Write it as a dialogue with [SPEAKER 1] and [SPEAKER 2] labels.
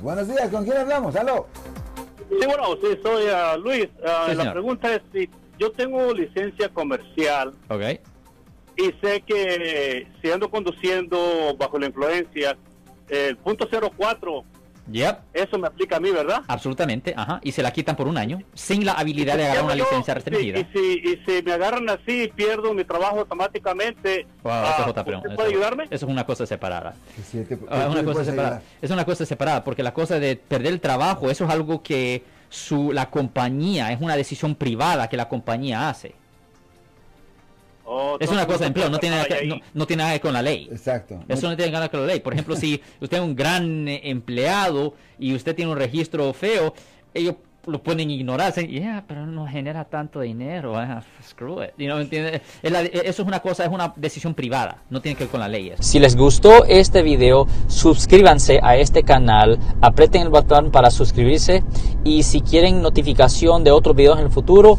[SPEAKER 1] Buenos días, ¿con quién hablamos? ¡Aló!
[SPEAKER 2] Sí, bueno, sí, soy ah, Luis. Ah,
[SPEAKER 3] Sí,
[SPEAKER 2] la
[SPEAKER 3] señor.
[SPEAKER 2] pregunta es si yo tengo licencia comercial
[SPEAKER 3] Ok.
[SPEAKER 2] y sé que si ando conduciendo bajo la influencia, el punto 04,
[SPEAKER 3] Yep.
[SPEAKER 2] eso me aplica a mí, ¿verdad?
[SPEAKER 3] Absolutamente. Ajá. Y se la quitan por un año sin la habilidad de agarrar una
[SPEAKER 2] Yo- sí,
[SPEAKER 3] licencia restringida.
[SPEAKER 2] Y si, y si me agarran así, pierdo mi trabajo automáticamente.
[SPEAKER 3] Wow,
[SPEAKER 2] ah,
[SPEAKER 3] eso es otra pregunta.
[SPEAKER 2] ¿Usted puede
[SPEAKER 3] Eso-
[SPEAKER 2] ayudarme?
[SPEAKER 3] Eso es una cosa separada.
[SPEAKER 1] Que pues, eh, si te-
[SPEAKER 3] Ah, es
[SPEAKER 1] ¿tú
[SPEAKER 3] una
[SPEAKER 1] le
[SPEAKER 3] cosa
[SPEAKER 1] puedes
[SPEAKER 3] separada.
[SPEAKER 1] ayudar?
[SPEAKER 3] Es una cosa separada, porque la cosa de perder el trabajo, eso es algo que su, la compañía, es una decisión privada que la compañía hace.
[SPEAKER 2] Oh,
[SPEAKER 3] Es una
[SPEAKER 2] entonces
[SPEAKER 3] cosa de empleo, no tiene, nada que,
[SPEAKER 2] ahí.
[SPEAKER 3] no, no tiene nada que ver con la ley.
[SPEAKER 1] Exacto.
[SPEAKER 3] Eso no tiene nada que ver con la ley. Por ejemplo, si usted es un gran eh, empleado y usted tiene un registro feo, ellos lo pueden ignorar. Dicen, yeah, pero no genera tanto dinero. ah, screw it. You know, ¿entiende? Es la- e, eso es una cosa, es una decisión privada. No tiene que ver con la ley. eso.
[SPEAKER 4] Si les gustó este video, suscríbanse a este canal, aprieten el botón para suscribirse y si quieren notificación de otros videos en el futuro,